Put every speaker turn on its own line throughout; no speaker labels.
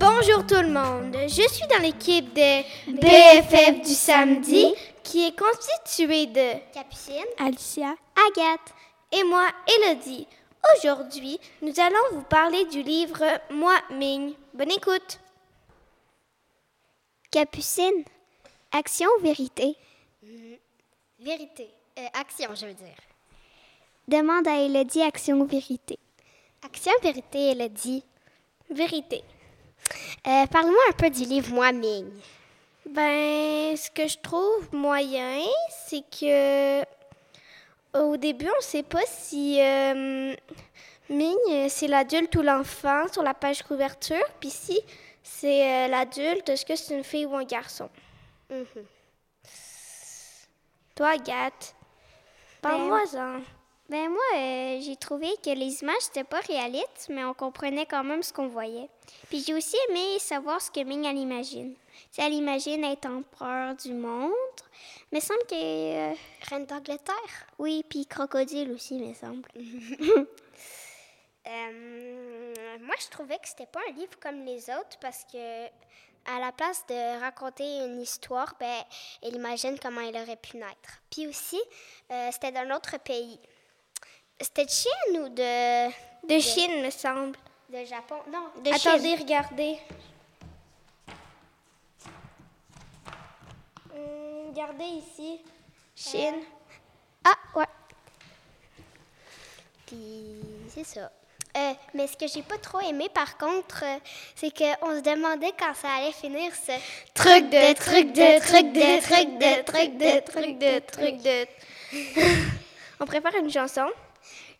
Bonjour tout le monde. Je suis dans l'équipe des BFF du samedi qui est constituée de Capucine,
Alicia.
Agathe et moi, Elodie. Aujourd'hui, nous allons vous parler du livre Moi, Ming. Bonne écoute.
Capucine. Action ou vérité?
Hmm,
Vérité. Euh, action, je veux dire.
Demande à Elodie action ou vérité.
Action, vérité, Elodie.
Vérité.
Euh, Parle-moi un peu du livre Moi Ming.
Ben, ce que je trouve moyen, c'est que au début, on ne sait pas si euh, Ming, c'est l'adulte ou l'enfant sur la page couverture, puis si c'est euh, l'adulte, est-ce que c'est une fille ou un garçon?
Mm-hmm.
Toi, Agathe, parle-moi-en.
Ben moi, euh, j'ai trouvé que les images n'étaient pas réalistes, mais on comprenait quand même ce qu'on voyait. Puis j'ai aussi aimé savoir ce que Ming, elle imagine. Si elle imagine être empereur du monde, mais semble que... Reine d'Angleterre. Oui, puis crocodile aussi, me semble. Euh, moi, je trouvais que c'était pas un livre comme les autres parce que... À la place de raconter une histoire, ben, il imagine comment il aurait pu naître. Puis aussi, euh, c'était d'un autre pays. C'était de Chine ou de,
De Chine, me semble.
de Japon? Non, de
Attendez,
Chine.
regardez.
Hmm,
Hum, regardez ici. Chine.
Ah, ouais. Puis, c'est ça. Euh, mais ce que j'ai pas trop aimé, par contre, euh, c'est qu'on se demandait quand ça allait finir ce...
Truc de, truc de, truc de, truc de, truc de, truc de, truc de. On prépare une chanson.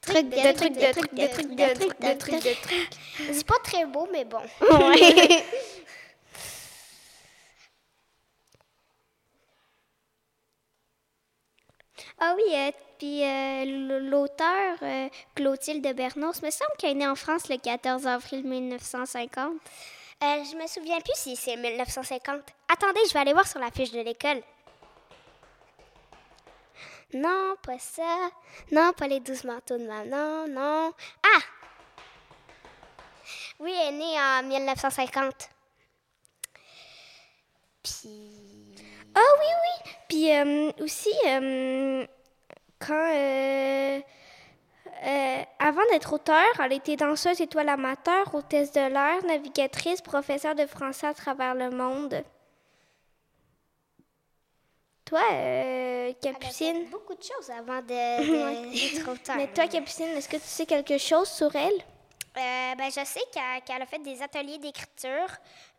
Truc de, truc de, truc de, truc de, truc de, truc de, truc.
C'est pas très beau, mais bon.
Ouais.
Ah oui, euh, puis euh, l- l'auteur euh, Clotilde Bernos, me semble qu'elle est née en France le 14 avril 1950. Euh, je me souviens plus si c'est 1950. Attendez, je vais aller voir sur la fiche de l'école. Non, pas ça. Non, pas les douze manteaux de maman. Non, non. Ah! Oui, elle est née en 1950. Puis...
Ah oui, oui. Puis euh, aussi, euh, quand. euh, euh, avant d'être auteur, elle était danseuse étoile amateur, hôtesse de l'air, navigatrice, professeure de français à travers le monde. Toi, euh,
Ah bah,
Capucine.
Capucine.
beaucoup de choses avant de, de- d'être auteur.
Mais toi, Capucine, est-ce que tu sais quelque chose sur elle?
Euh, ben, je sais qu'elle qu'elle a fait des ateliers d'écriture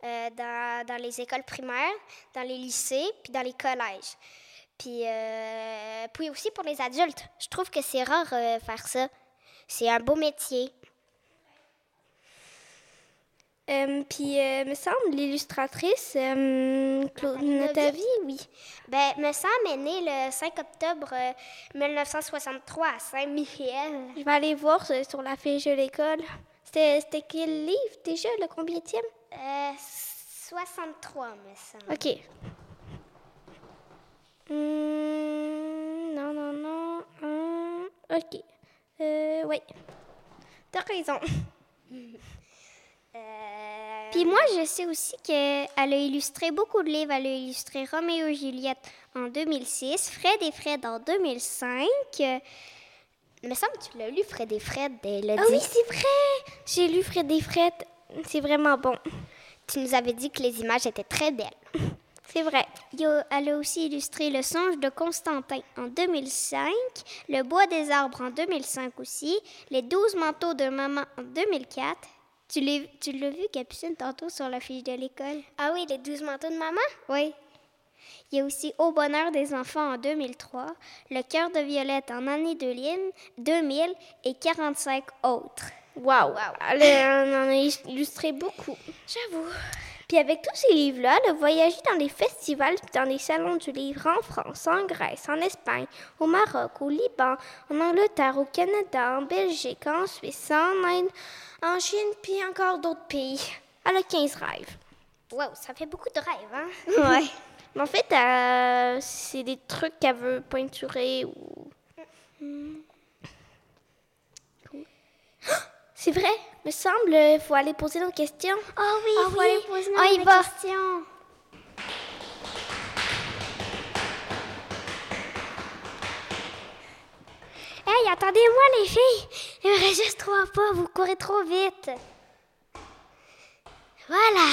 euh, dans, dans les écoles primaires, dans les lycées, puis dans les collèges. Puis, euh, puis aussi pour les adultes. Je trouve que c'est rare euh, faire ça. C'est un beau métier.
Euh, puis, euh, me semble, l'illustratrice euh,
Ah,
Claude Nathalie, oui.
Ben, me semble est née le 5 octobre euh, 1963 à Saint-Mihiel.
Je vais aller voir euh, sur la fiche de l'école. C'était euh, c'était quel livre déjà, le combienième?
Euh, 63, me semble.
Ok. Hmm, non, non, non. Hum, ok. Euh, ouais. T'as raison.
Euh,
Puis moi, je sais aussi qu'elle a illustré beaucoup de livres. Elle a illustré Roméo et Juliette en 2006, Fred et Fred en 2005. euh,
Il me semble que tu l'as lu, Fred et Fred, elle
Ah oui, c'est vrai! J'ai lu Fred et Fred. C'est vraiment bon.
Tu nous avais dit que les images étaient très belles.
C'est vrai. Il y a- Elle a aussi illustré Le songe de Constantin en 2005, Le bois des arbres en 2005 aussi, Les douze manteaux de maman en 2004. Tu l'as tu l'as vu, Capucine, tantôt sur la fiche de l'école?
Ah oui, les douze manteaux de maman?
Oui. Il y a aussi Au bonheur des enfants en 2003, Le cœur de Violette en année de Lynn, 2000 et 45 autres.
Waouh! Elle euh, en a illustré beaucoup. J'avoue. Puis avec tous ces livres-là, elle a voyagé dans les festivals puis dans les salons du livre en France, en Grèce, en Espagne, au Maroc, au Liban, en Angleterre, au Canada, en Belgique, en Suisse, en Inde, en Chine, puis encore d'autres pays. Elle a 15 rêves.
Wow, ça fait beaucoup de rêves, hein?
Ouais. Mais en fait, euh, c'est des trucs qu'elle veut peinturer
Mm.
ou... C'est vrai,
me semble, il faut aller poser nos questions.
Oh oui,
Ah
il faut
oui,
aller poser
on y
nos
va.
questions. Hey, attendez-moi les filles. Il me reste juste trois pas, vous courez trop vite. Voilà.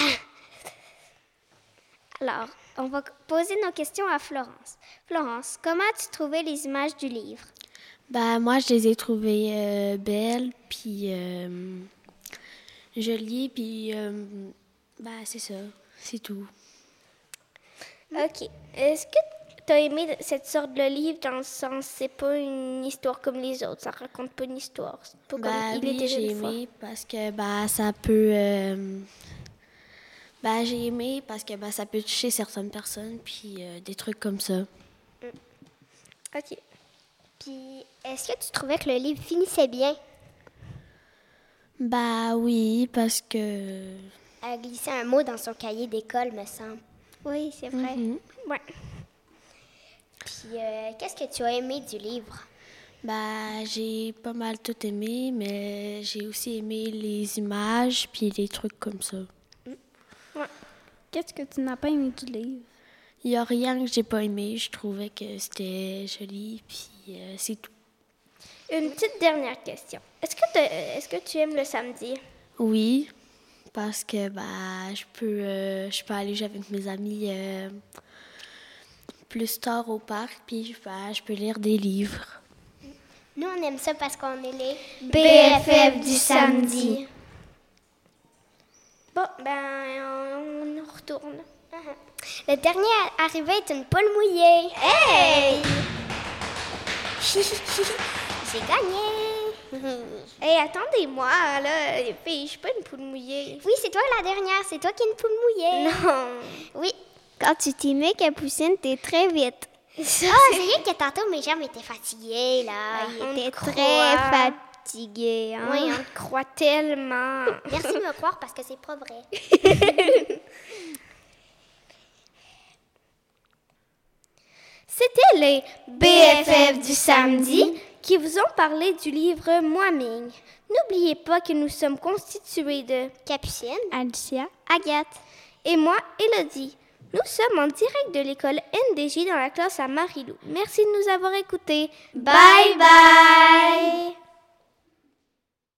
Alors, on va poser nos questions à Florence. Florence, comment as-tu trouvé les images du livre?
Bah moi je les ai trouvées euh, belles puis euh, jolies puis euh, bah c'est ça, c'est tout.
Hmm?
Ok. Est-ce que tu as aimé cette sorte de livre dans le sens, c'est pas une histoire comme les autres, ça raconte pas une histoire. C'est pas comme
Bah
il
oui,
était
j'ai
une fois.
aimé parce que bah ça peut euh, bah j'ai aimé parce que bah ça peut toucher certaines personnes puis euh, des trucs comme ça.
Ok.
Puis, est-ce que tu trouvais que le livre finissait bien?
Bah oui parce que
Elle a glissé un mot dans son cahier d'école, me semble. Mhm.
Oui, c'est vrai.
Ouais.
Puis, euh, qu'est-ce que tu as aimé du livre?
bah j'ai pas mal tout aimé mais j'ai aussi aimé les images puis les trucs comme ça.
Qu'est-ce que tu n'as pas aimé du livre?
Il n'y a rien que j'ai pas aimé. Je trouvais que c'était joli, puis euh, c'est tout.
Une petite dernière question. Est-ce que, t'as- est-ce que tu aimes le samedi?
Oui, parce que bah, je peux, euh, je peux aller jouer avec mes amis euh, plus tard au parc, puis bah, je peux lire des livres.
Nous, on aime ça parce qu'on est les
BFF du samedi.
Bon, ben, on, on retourne.
Le dernier arrivé est une poule mouillée. Hey! J'ai gagné!
Hé, attendez-moi, là, les filles, je suis pas une poule mouillée.
Oui, c'est toi la dernière, c'est toi qui es une poule mouillée.
Non.
Oui.
Quand tu t'y mets, Capucine, t'es très vite.
Ah, c'est vrai que tantôt mes jambes étaient fatiguées, là.
On
T'es
te
très
croit.
fatiguée. Hein?
Oui, on te croit tellement.
Merci de me croire parce que c'est pas vrai.
C'était les
BFF du samedi
qui vous ont parlé du livre Moi-Ming. N'oubliez pas que nous sommes constitués de
Capucine,
Alicia?
Agathe et moi, Elodie. Nous sommes en direct de l'école NDJ dans la classe à Marilou. Merci de nous avoir écoutés.
Bye bye!